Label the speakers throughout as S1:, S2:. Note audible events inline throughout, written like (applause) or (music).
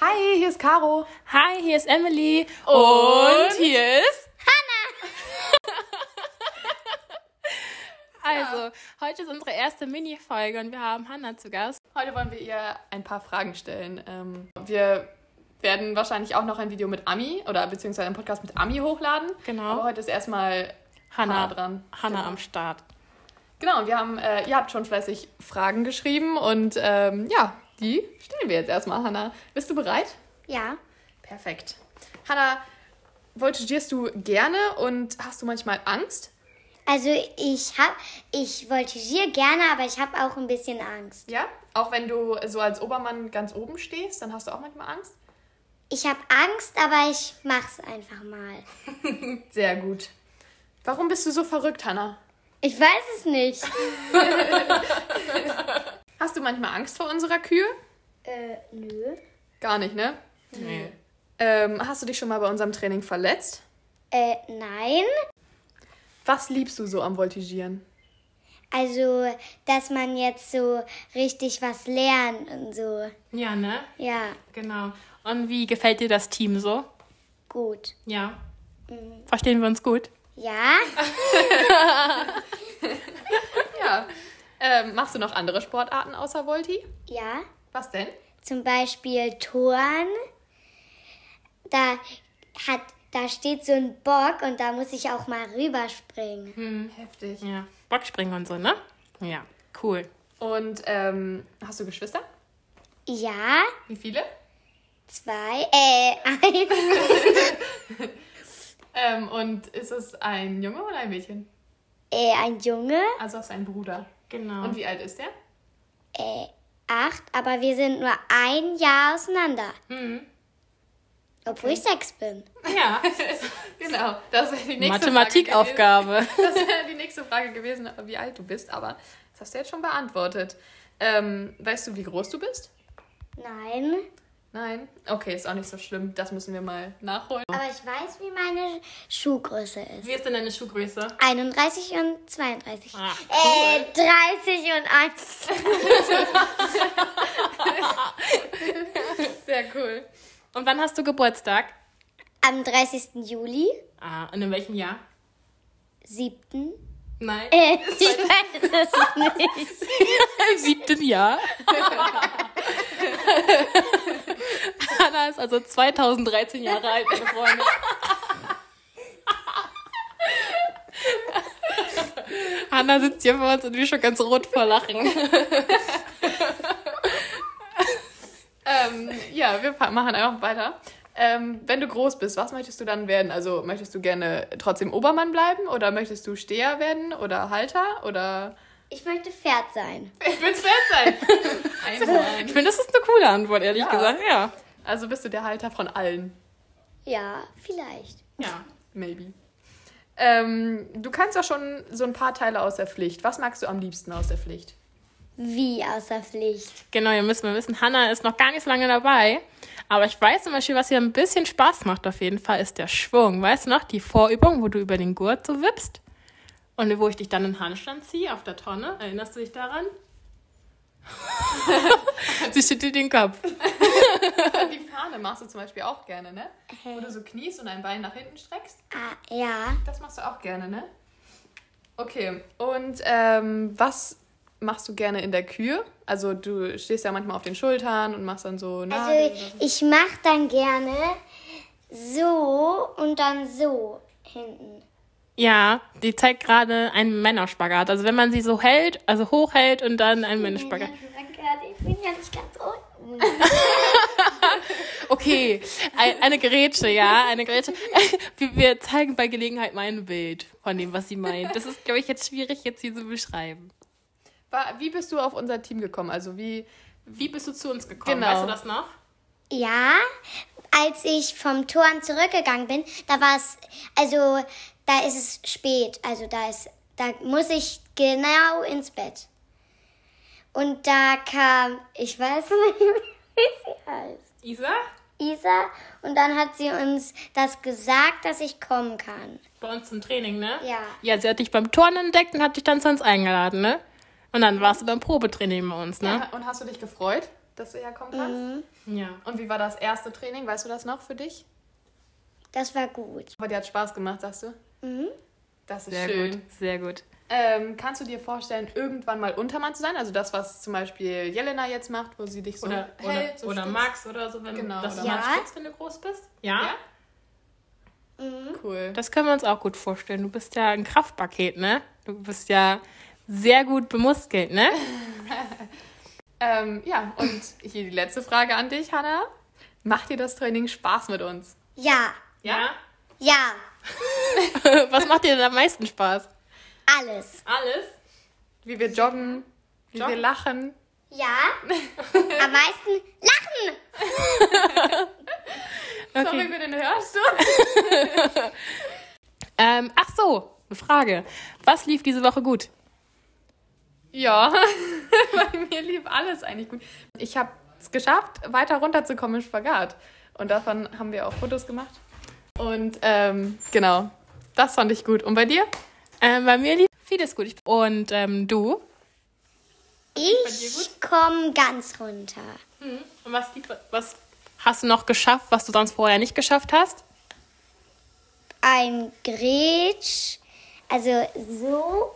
S1: Hi, hier ist Caro.
S2: Hi, hier ist Emily. Und, hier ist Hannah. also, heute ist unsere erste Mini-Folge und wir haben Hannah zu Gast.
S1: Heute wollen wir ihr ein paar Fragen stellen. Ähm, wir werden wahrscheinlich auch noch ein Video mit Ami oder beziehungsweise einen Podcast mit Ami hochladen.
S2: Genau.
S1: Aber heute ist erstmal Hannah
S2: Hannah,
S1: dran.
S2: Hannah
S1: genau.
S2: am Start.
S1: Genau, und wir haben, äh, ihr habt schon fleißig Fragen geschrieben und ähm, ja, die stellen wir jetzt erstmal, Hannah. Bist du bereit?
S3: Ja.
S1: Perfekt. Hannah, voltigierst du gerne und hast du manchmal Angst?
S3: Also ich hab, ich voltigiere gerne, aber ich habe auch ein bisschen Angst.
S1: Ja. Auch wenn du so als Obermann ganz oben stehst, dann hast du auch manchmal Angst?
S3: Ich habe Angst, aber ich mach's einfach mal.
S1: Sehr gut. Warum bist du so verrückt, Hannah?
S3: Ich weiß es nicht.
S1: Hast du manchmal Angst vor unserer Kühe?
S3: Äh, nö.
S1: Gar nicht, ne?
S2: Nee.
S1: Ähm, hast du dich schon mal bei unserem Training verletzt?
S3: Äh, nein.
S1: Was liebst du so am Voltigieren?
S3: Also, dass man jetzt so richtig was lernt und so.
S2: Ja, ne?
S3: Ja,
S2: Genau. Und wie gefällt dir das Team so?
S3: gut.
S2: Ja. Verstehen wir uns gut?
S3: Ja?
S1: Ja. Ähm, machst du noch andere Sportarten außer Volti?
S3: Ja.
S1: Was denn?
S3: Zum Beispiel Toren. Da hat, da steht so ein Bock und da muss ich auch mal rüberspringen.
S1: Heftig.
S2: Ja. Bockspringen und so, ne? Ja. Cool.
S1: Und ähm, hast du Geschwister?
S3: Ja,
S1: Wie viele?
S3: zwei, äh, (laughs) eins.
S1: Ähm, und ist es ein Junge oder ein Mädchen?
S3: äh, ein Junge,
S1: Also hast du einen Bruder.
S2: Genau.
S1: Und wie alt ist der?
S3: äh, acht, aber wir sind nur ein Jahr auseinander. Obwohl ich sechs bin.
S2: (laughs) ja.
S1: Genau. Das wäre die nächste Frage. gewesen.
S2: Mathematikaufgabe.
S1: Das wäre die nächste Frage gewesen, wie alt du bist, aber das hast du jetzt schon beantwortet. Ähm, weißt du, wie groß du bist?
S3: Nein.
S1: Nein? Okay, ist auch nicht so schlimm. Das müssen wir mal nachholen.
S3: Aber ich weiß, wie meine Schuhgröße ist.
S2: Wie ist denn deine Schuhgröße?
S3: 31 und 32.
S2: Ah,
S3: Äh, 30 und 1.
S1: Sehr cool.
S2: Und wann hast du Geburtstag?
S3: Am 30. Juli,
S2: Ah, und in welchem Jahr?
S3: 7.
S2: Nein.
S3: Äh, (laughs) ich weiß es nicht.
S2: Im siebten Jahr. Anna ist also 2013 Jahre alt, meine Freunde. Hanna sitzt hier vor uns und wir schon ganz rot vor Lachen.
S1: Ähm, ja, wir fa- machen einfach weiter. Ähm, wenn du groß bist, was möchtest du dann werden? Also möchtest du gerne trotzdem Obermann bleiben oder möchtest du Steher werden oder Halter oder...
S3: Ich möchte Pferd sein.
S1: Ich will Pferd sein.
S2: Ich finde, das ist eine coole Antwort, ehrlich
S1: Ja.
S2: gesagt. Ja.
S1: Also bist du der Halter von allen.
S3: Ja, vielleicht.
S2: Ja.
S1: Maybe. Ähm, du kannst auch schon so ein paar Teile aus der Pflicht. Was magst du am liebsten aus der Pflicht?
S3: Wie außer Pflicht.
S2: Genau, ihr müsst mal wissen, Hanna ist noch gar nicht so lange dabei. Aber ich weiß zum Beispiel, was ihr ein bisschen Spaß macht auf jeden Fall, ist der Schwung. Weißt du noch, die Vorübung, wo du über den Gurt so wippst? Und wo ich dich dann in Handstand ziehe, auf der Tonne. Erinnerst du dich daran? (laughs) Sie schüttelt den Kopf.
S1: Die Fahne machst du zum Beispiel auch gerne, ne? Wo du so kniest und ein Bein nach hinten streckst.
S3: Ah, ja.
S1: Das machst du auch gerne, ne? Okay. Und ähm, was machst du gerne in der Kühe? Also du stehst ja manchmal auf den Schultern und machst dann so Nadeln.
S3: Also ich mache dann gerne so und dann so hinten.
S2: Ja, die zeigt gerade einen Männerspagat. Also wenn man sie so hält, also hochhält und dann einen Männerspagat.
S3: Ich bin ja nicht ganz unten.
S2: (laughs) Okay, ein, eine Gerätsche, ja, eine Gerätsche. (laughs) Wir, wir zeigen bei Gelegenheit mal ein Bild von dem, was sie meint. Das ist, glaube ich, jetzt schwierig, jetzt hier zu beschreiben.
S1: Wa- Wie bist du auf unser Team gekommen? Also wie...
S2: Wie bist du zu uns gekommen?
S1: Genau.
S2: Weißt du das noch?
S3: Ja, als ich vom Turm zurückgegangen bin, da war es, also da ist es spät. Also da ist, da muss ich genau ins Bett. Und da kam, ich weiß (laughs) nicht, wie sie heißt.
S2: Isa?
S3: Isa und dann hat sie uns das gesagt, dass ich kommen kann.
S2: Bei uns zum Training, ne?
S3: Ja.
S2: Ja, sie hat dich beim Turnen entdeckt und hat dich dann zu uns eingeladen, ne? Und dann warst du beim Probetraining bei uns, ne?
S1: Und hast du dich gefreut? dass du herkommen kannst.
S2: Ja.
S1: Und wie war das erste Training? Weißt du das noch für dich?
S3: Das war gut.
S1: Aber dir hat Spaß gemacht, sagst du?
S3: Mhm.
S1: Das ist
S2: Sehr
S1: schön.
S2: gut, sehr gut.
S1: Ähm, kannst du dir vorstellen, irgendwann mal Untermann zu sein? Also das, was zum Beispiel Jelena jetzt macht, wo sie dich so
S2: Oder,
S1: hält,
S2: oder,
S1: so
S2: oder
S1: stützt?
S2: Max oder so, wenn
S1: Genau,
S2: dass du
S1: oder
S2: mal
S3: Max.
S2: stützt, wenn du groß bist. Ja.
S1: Ja? Cool.
S2: Das können wir uns auch gut vorstellen. Du bist ja ein Kraftpaket, ne? Du bist ja sehr gut bemuskelt, ne?
S1: Ähm, ja, und hier die letzte Frage an dich, Hanna. Macht dir das Training Spaß mit uns?
S3: Ja,
S2: (laughs) Ja.
S3: ja,
S2: (laughs) Was macht dir denn am meisten Spaß?
S3: alles.
S2: Alles.
S1: Wie wir joggen, wie wir
S2: Joggen?
S1: lachen.
S3: Ja, am meisten lachen.
S1: Sorry
S2: Okay.
S1: für den Hörsturz.
S2: Ähm, ach so, eine Frage. Was lief diese Woche gut?
S1: Ja, (laughs) bei mir lief alles eigentlich gut. Ich habe es geschafft, weiter runterzukommen im Spagat. Und davon haben wir auch Fotos gemacht. Und ähm, genau, das fand ich gut. Und bei dir?
S2: Ähm, bei mir lief vieles gut. Ich- Und ähm, du?
S3: Ich komme ganz runter.
S2: Und was, lief, was hast du noch geschafft, was du sonst vorher nicht geschafft hast?
S3: Ein Gretsch, also so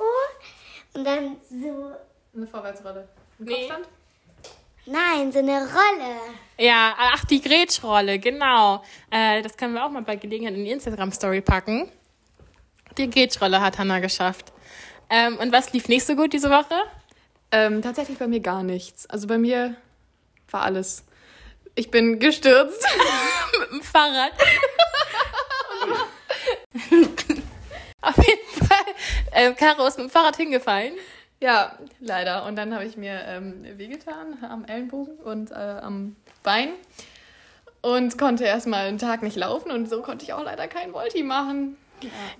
S3: und dann so.
S1: Eine Vorwärtsrolle. Ein
S2: Nee.
S1: Kopfstand?
S3: Nein, so eine Rolle.
S2: Ja, ach, die Gretschrolle, genau. Äh, das können wir auch mal bei Gelegenheit in die Instagram-Story packen. Die Gretschrolle hat Hannah geschafft. Ähm, und was lief nicht so gut diese Woche?
S1: Ähm, tatsächlich bei mir gar nichts. Also bei mir war alles. Ich bin gestürzt.
S2: Mit dem (laughs) Fahrrad. Auf jeden Fall. Ähm, Caro ist mit dem Fahrrad hingefallen.
S1: Ja, leider. Und dann habe ich mir ähm, wehgetan am Ellenbogen und äh, am Bein und konnte erstmal einen Tag nicht laufen und so konnte ich auch leider kein Volti machen.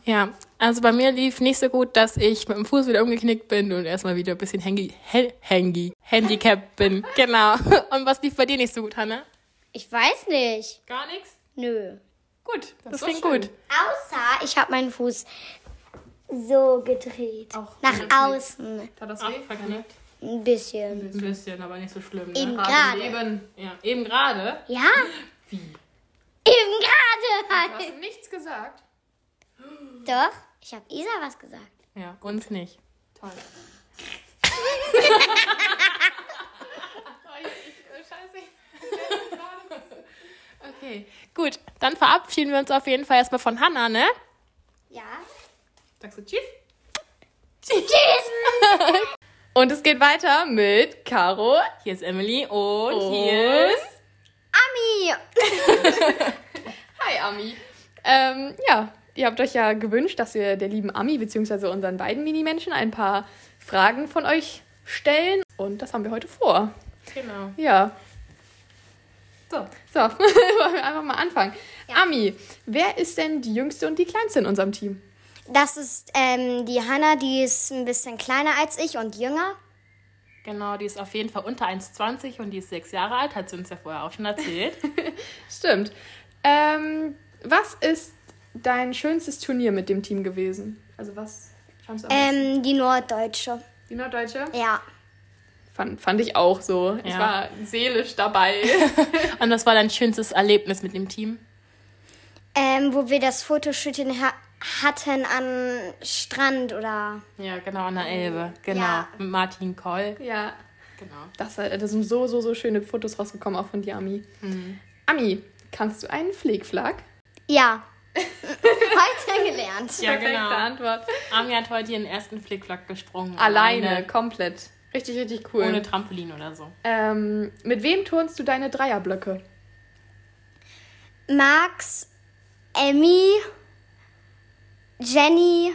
S2: Ja, also bei mir lief nicht so gut, dass ich mit dem Fuß wieder umgeknickt bin und erstmal wieder ein bisschen handy, hel- handy, handicapped (laughs) bin. Genau. Und was lief bei dir nicht so gut, Hanna?
S3: Ich weiß nicht.
S2: Gar nichts.
S3: Nö.
S2: Gut,
S1: Das
S2: das,
S1: ist doch
S2: klingt
S1: schön.
S2: gut.
S3: Außer ich habe meinen Fuß so gedreht.
S1: Auch
S3: Nach außen.
S1: Hat das weh?
S2: Abverknickt.
S3: Ein bisschen.
S2: Ein bisschen, aber nicht so schlimm. Ne?
S3: Eben
S1: Gerade.
S3: gerade.
S1: Leben.
S2: Ja, eben gerade.
S3: Ja? Eben gerade.
S1: Du hast nichts gesagt.
S3: Doch, ich habe Isa was gesagt.
S2: Ja, uns nicht.
S1: Toll. Oh, ich- ich- Scheiße, ich- gerade.
S2: Okay, gut. Dann verabschieden wir uns auf jeden Fall erstmal von Hanna, ne?
S3: Ja.
S2: Sagst du Tschüss?
S1: Und es geht weiter mit Caro.
S2: Hier ist Emily und, hier ist...
S3: Ami.
S1: Hi Ami. Ähm, ja, ihr habt euch ja gewünscht, dass wir der lieben Ami bzw. unseren beiden Minimenschen ein paar Fragen von euch stellen. Und das haben wir heute vor.
S2: Genau.
S1: Ja,
S2: So.
S1: so, (laughs) wollen wir einfach mal anfangen. Ami, wer ist denn die Jüngste und die Kleinste in unserem Team?
S4: Das ist ähm, die Hanna, die ist ein bisschen kleiner als ich und jünger.
S2: Genau, die ist auf jeden Fall unter 1,20 und die ist sechs Jahre alt, hat sie uns ja vorher auch schon (laughs) erzählt.
S1: Stimmt. Ähm, was ist dein schönstes Turnier mit dem Team gewesen? Also was fandst du am besten?
S4: Ähm, die Norddeutsche.
S1: Die Norddeutsche?
S4: Ja.
S1: Fand, fand ich auch so. Ich
S2: Ja.
S1: war seelisch dabei.
S2: und was war dein schönstes Erlebnis mit dem Team?
S4: Ähm, wo wir das Fotoshooting ha hatten am Strand oder.
S2: Ja, genau, an der Elbe. Genau.
S4: Ja.
S2: Mit Martin Koll.
S1: ja,
S2: Genau.
S1: Das, äh, da sind so, so, so schöne Fotos rausgekommen, auch von dir, Ami.
S2: Mhm.
S1: Ami, kannst du einen Pflegflag?
S4: Ja. (laughs) Heute gelernt.
S2: Ja,
S1: Perfekte
S2: genau.
S1: Antwort.
S2: Ami hat heute ihren ersten Flickflack gesprungen.
S1: Alleine, komplett. Richtig, richtig cool.
S2: Ohne Trampolin oder so.
S1: ähm, mit wem turnst du deine Dreierblöcke?
S4: Max, Emmy, Jenny.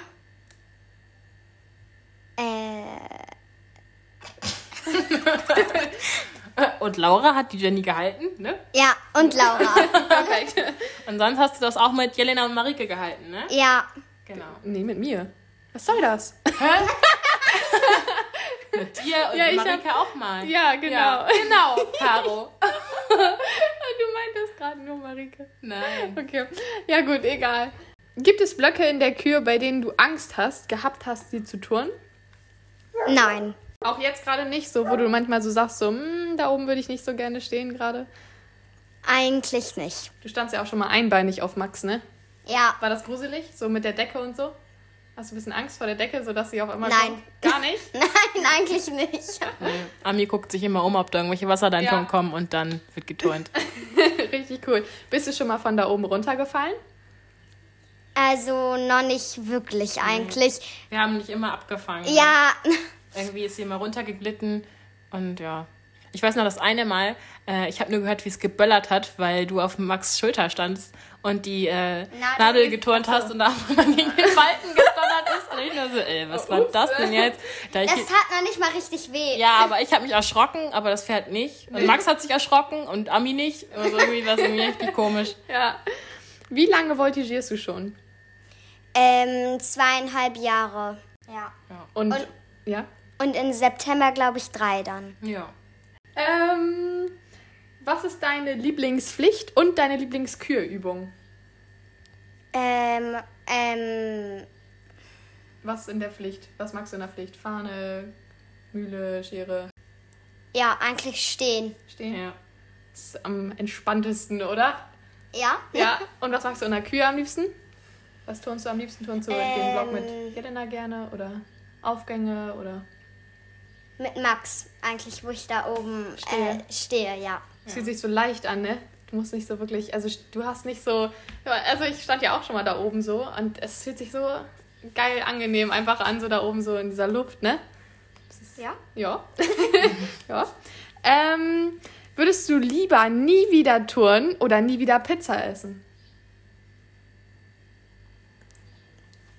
S4: Äh,
S2: Und Laura hat die Jenny gehalten, ne?
S4: ja, und Laura.
S1: Perfekt.
S2: Und sonst hast du das auch mit Jelena und Marike gehalten, ne?
S4: ja.
S2: Genau.
S1: (laughs) nee, mit mir. Was soll das?
S2: Mit dir und
S1: Ja, ich
S2: Marike auch mal.
S1: Ja, genau.
S2: Ja, genau, Caro.
S1: (laughs) Du meintest gerade nur Marike.
S2: Nein.
S1: Okay. Ja, gut, egal. Gibt es Blöcke in der Kür, bei denen du Angst hast, gehabt hast, sie zu turnen?
S4: Nein.
S1: Auch jetzt gerade nicht, so wo du manchmal so sagst, so, "Hm, da oben würde ich nicht so gerne stehen gerade.
S3: Eigentlich nicht.
S1: Du standst ja auch schon mal einbeinig auf Max, ne?
S4: (laughs)
S3: Ja,
S1: War das gruselig? So mit der Decke und so? Hast du ein bisschen Angst vor der Decke, sodass sie auf einmal
S3: Nein.
S1: kommt? Gar nicht?
S3: (laughs) nein, eigentlich nicht.
S2: Ami guckt sich immer um, ob da irgendwelche
S1: Ja.
S2: Wasserleitung kommen und dann wird geturnt.
S1: Richtig cool. Bist du schon mal von da oben runtergefallen?
S3: Also noch nicht wirklich eigentlich.
S2: Wir haben nicht immer abgefangen.
S3: Ja, (laughs)
S2: Irgendwie ist sie immer runtergeglitten und ja. Ich weiß noch das eine Mal, äh, ich habe nur gehört, wie es geböllert hat, weil du auf Max Schulter standst und die äh, Nadel,
S3: Nadel
S2: geturnt hast und da (laughs) man gegen den Falten gedonnert ist. Und ich nur so, ey, was war
S1: Ups.
S2: das denn jetzt? Da ich,
S3: das tat noch nicht mal richtig weh.
S2: ja, aber ich habe mich erschrocken, aber das Pferd nicht. Und Max hat sich erschrocken und Ami nicht. Also irgendwie war es irgendwie richtig komisch.
S1: Ja. Wie lange voltigierst du schon?
S3: Ähm, zweieinhalb Jahre. Ja.
S1: Und,
S3: Und-
S1: ja.
S3: Und im September, glaube ich, drei dann.
S2: Ja.
S1: Ähm, was ist deine Lieblingspflicht und deine Lieblingskürübung?
S3: Ähm, ähm,
S1: Was in der Pflicht? Was magst du in der Pflicht? Fahne, Mühle, Schere,
S3: ja, eigentlich stehen.
S1: stehen?
S2: ja.
S1: Das ist am entspanntesten, oder?
S3: Ja?
S1: Ja. Und was magst du in der Kür am liebsten? Was turnst du am liebsten? Turnst du den Block mit Jelena gerne oder Aufgänge oder?
S3: Mit Max, eigentlich, wo ich da oben
S1: Stehe.
S3: Äh, stehe ja.
S1: Es fühlt sich so leicht an, ne? Du musst nicht so wirklich, also du hast nicht so, also ich stand ja auch schon mal da oben so und es fühlt sich so geil angenehm einfach an, so da oben so in dieser Luft, ne?
S3: Ja?
S1: Ja. (laughs) ja. Ähm, würdest du lieber nie wieder turnen oder nie wieder Pizza essen?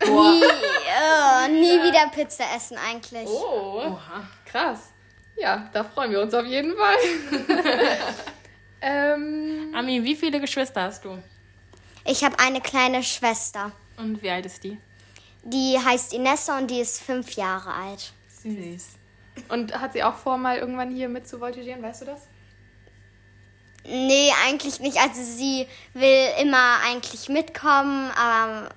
S3: Nie, oh, nie wieder Pizza essen eigentlich.
S1: Oh,
S2: Oha.
S1: krass. Ja, da freuen wir uns auf jeden Fall. ähm,
S2: Ami, wie viele Geschwister hast du?
S3: Ich habe eine kleine Schwester.
S2: Und wie alt ist die?
S3: Die heißt Inessa und die ist fünf Jahre alt.
S2: Süß.
S1: und hat sie auch vor, mal irgendwann hier mit zu voltigieren, weißt du das?
S3: Nee, eigentlich nicht. Also sie will immer eigentlich mitkommen, aber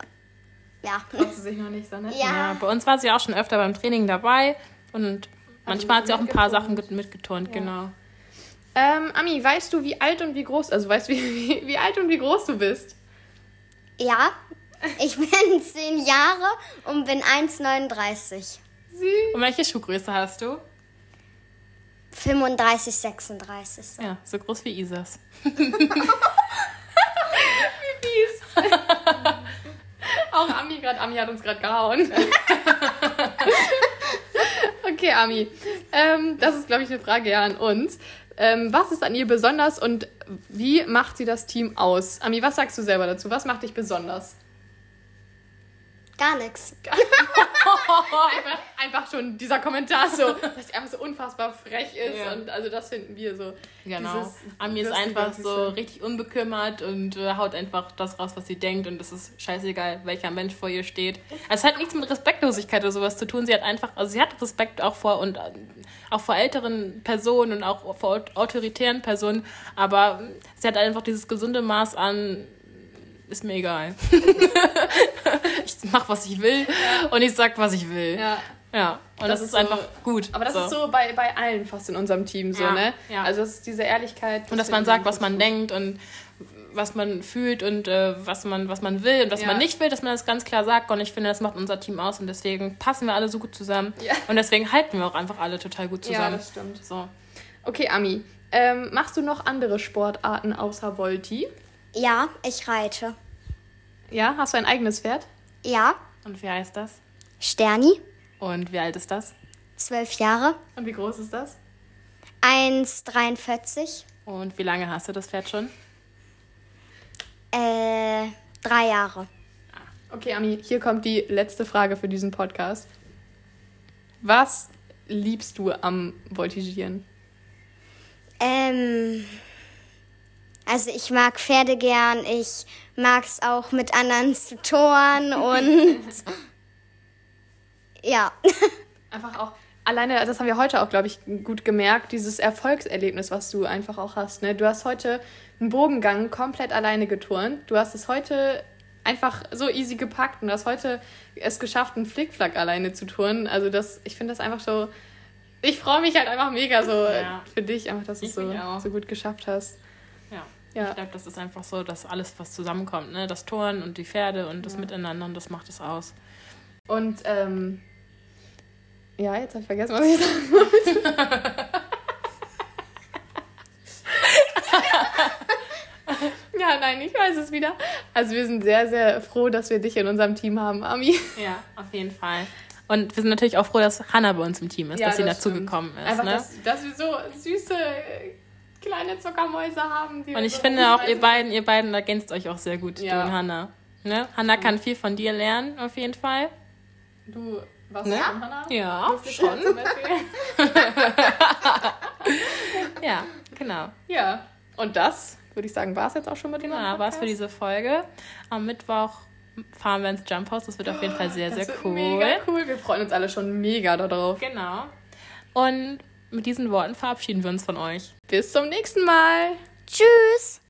S3: ja.
S1: Traut sie sich noch nicht so, ne?
S2: Ja, bei uns war sie auch schon öfter beim Training dabei und manchmal hat sie auch ein paar Sachen get- Also mitgeturnt, genau.
S1: Ähm, Ami, weißt du, wie alt und wie groß, also weißt du, (laughs) wie, wie, wie alt und wie groß du bist?
S3: Ja, ich (laughs) bin zehn Jahre und bin 1,39.
S1: Süß.
S2: Und welche Schuhgröße hast du?
S3: 35, 36. so.
S2: Ja, so groß wie Isas.
S1: (laughs) Auch Ami gerade, Ami hat uns gerade gehauen. (laughs) okay, Ami. Ähm, das ist, glaube ich, eine Frage ja an uns. Ähm, was ist an ihr besonders und wie macht sie das Team aus? Ami, was sagst du selber dazu? Was macht dich besonders?
S3: Gar nichts.
S2: Oh,
S1: Einfach, einfach schon dieser Kommentar
S2: (laughs)
S1: so, dass sie einfach so unfassbar frech ist
S2: Ja.
S1: und also das finden wir so.
S2: Genau.
S1: Dieses
S2: Ami ist
S1: lustige,
S2: einfach so
S1: süße.
S2: richtig unbekümmert und äh, haut einfach das raus, was sie denkt und es ist scheißegal, welcher Mensch vor ihr steht. Also es hat nichts mit Respektlosigkeit oder sowas zu tun. Sie hat einfach, also sie hat Respekt auch vor und äh, auch vor älteren Personen und auch vor aut- autoritären Personen, aber äh, sie hat einfach dieses gesunde Maß an ist mir egal. (laughs) ich mach, was ich will und ich sag, was ich will. Ja.
S1: Ja.
S2: Und
S1: Das
S2: das,
S1: ist
S2: ist
S1: so-
S2: einfach gut.
S1: Aber das ist so bei, bei allen fast in unserem Team so,
S2: Ja,
S1: ne?
S2: ja.
S1: Also das ist diese Ehrlichkeit.
S2: Und dass
S1: finden
S2: man
S1: wir
S2: sagt, was
S1: gut.
S2: man denkt und was man fühlt und äh, was, man, was man will und was
S1: Ja.
S2: man nicht will, dass man das ganz klar sagt. Und ich finde, das macht unser Team aus und deswegen passen wir alle so gut zusammen.
S1: Ja.
S2: Und deswegen halten wir auch einfach alle total gut
S1: Ja,
S2: zusammen.
S1: das stimmt.
S2: so.
S1: Okay, Ami, ähm, machst du noch andere Sportarten außer Volti?
S3: Ja, ich reite.
S1: Ja, hast du ein eigenes Pferd?
S3: Ja,
S2: Und wie heißt das?
S3: Sterni,
S2: Und wie alt ist das?
S3: zwölf Jahre,
S1: Und wie groß ist das?
S3: 1,43,
S2: Und wie lange hast du das Pferd schon?
S3: äh, drei Jahre.
S1: Okay, Ami, hier kommt die letzte Frage für diesen Podcast. Was liebst du am Voltigieren?
S3: Ähm, also ich mag Pferde gern, ich mag es auch mit anderen zu toren und ja, (laughs)
S1: Einfach auch. Alleine, das haben wir heute auch, glaube ich, gut gemerkt, dieses Erfolgserlebnis, was du einfach auch hast. Ne? Du hast heute einen Bogengang komplett alleine geturnt. Du hast es heute einfach so easy gepackt und du hast heute es geschafft, einen Flickflack alleine zu turnen. Also das, ich finde das einfach so Ich freue mich halt einfach mega so äh,
S2: Ja.
S1: für dich, einfach, dass du es
S2: Ich
S1: so,
S2: mich auch.
S1: so gut geschafft hast.
S2: Ja.
S1: Ja.
S2: Ich glaube, das ist einfach so, dass alles, was zusammenkommt, ne? Das Toren und die Pferde und das Miteinander und das macht es aus.
S1: Und ähm, ja, jetzt habe ich vergessen, was ich sagen wollte. (laughs) ja, nein, ich weiß es wieder. Also wir sind sehr, sehr froh, dass wir dich in unserem Team haben, Ami.
S2: Ja, auf jeden Fall. Und wir sind natürlich auch froh, dass Hannah bei uns im Team ist, dass sie dazugekommen ist.
S1: Einfach,
S2: ne?
S1: dass, dass wir so süße äh, kleine Zuckermäuse haben. Die
S2: Und
S1: wir
S2: ich
S1: so
S2: finde auch, ihr
S1: rumreißen.
S2: beiden, ihr beiden ergänzt euch auch sehr gut,
S1: Ja.
S2: du und Hannah. Ne? Hannah kann viel von dir lernen, auf jeden Fall.
S1: Du warst
S2: Ne?
S1: schon, Hannah?
S2: Ja,
S1: Schon. Zum Beispiel.
S2: Ja, genau.
S1: (laughs) ja. Und das, würde ich sagen, war es jetzt auch schon mit dem
S2: Genau, war's für diese Folge. Am Mittwoch fahren wir ins Jump House. Das wird auf jeden Fall sehr, sehr
S1: das wird
S2: cool.
S1: Mega cool. Wir freuen uns alle schon mega darauf.
S2: Genau. Und mit diesen Worten verabschieden wir uns von euch.
S1: Bis zum nächsten Mal.
S4: Tschüss.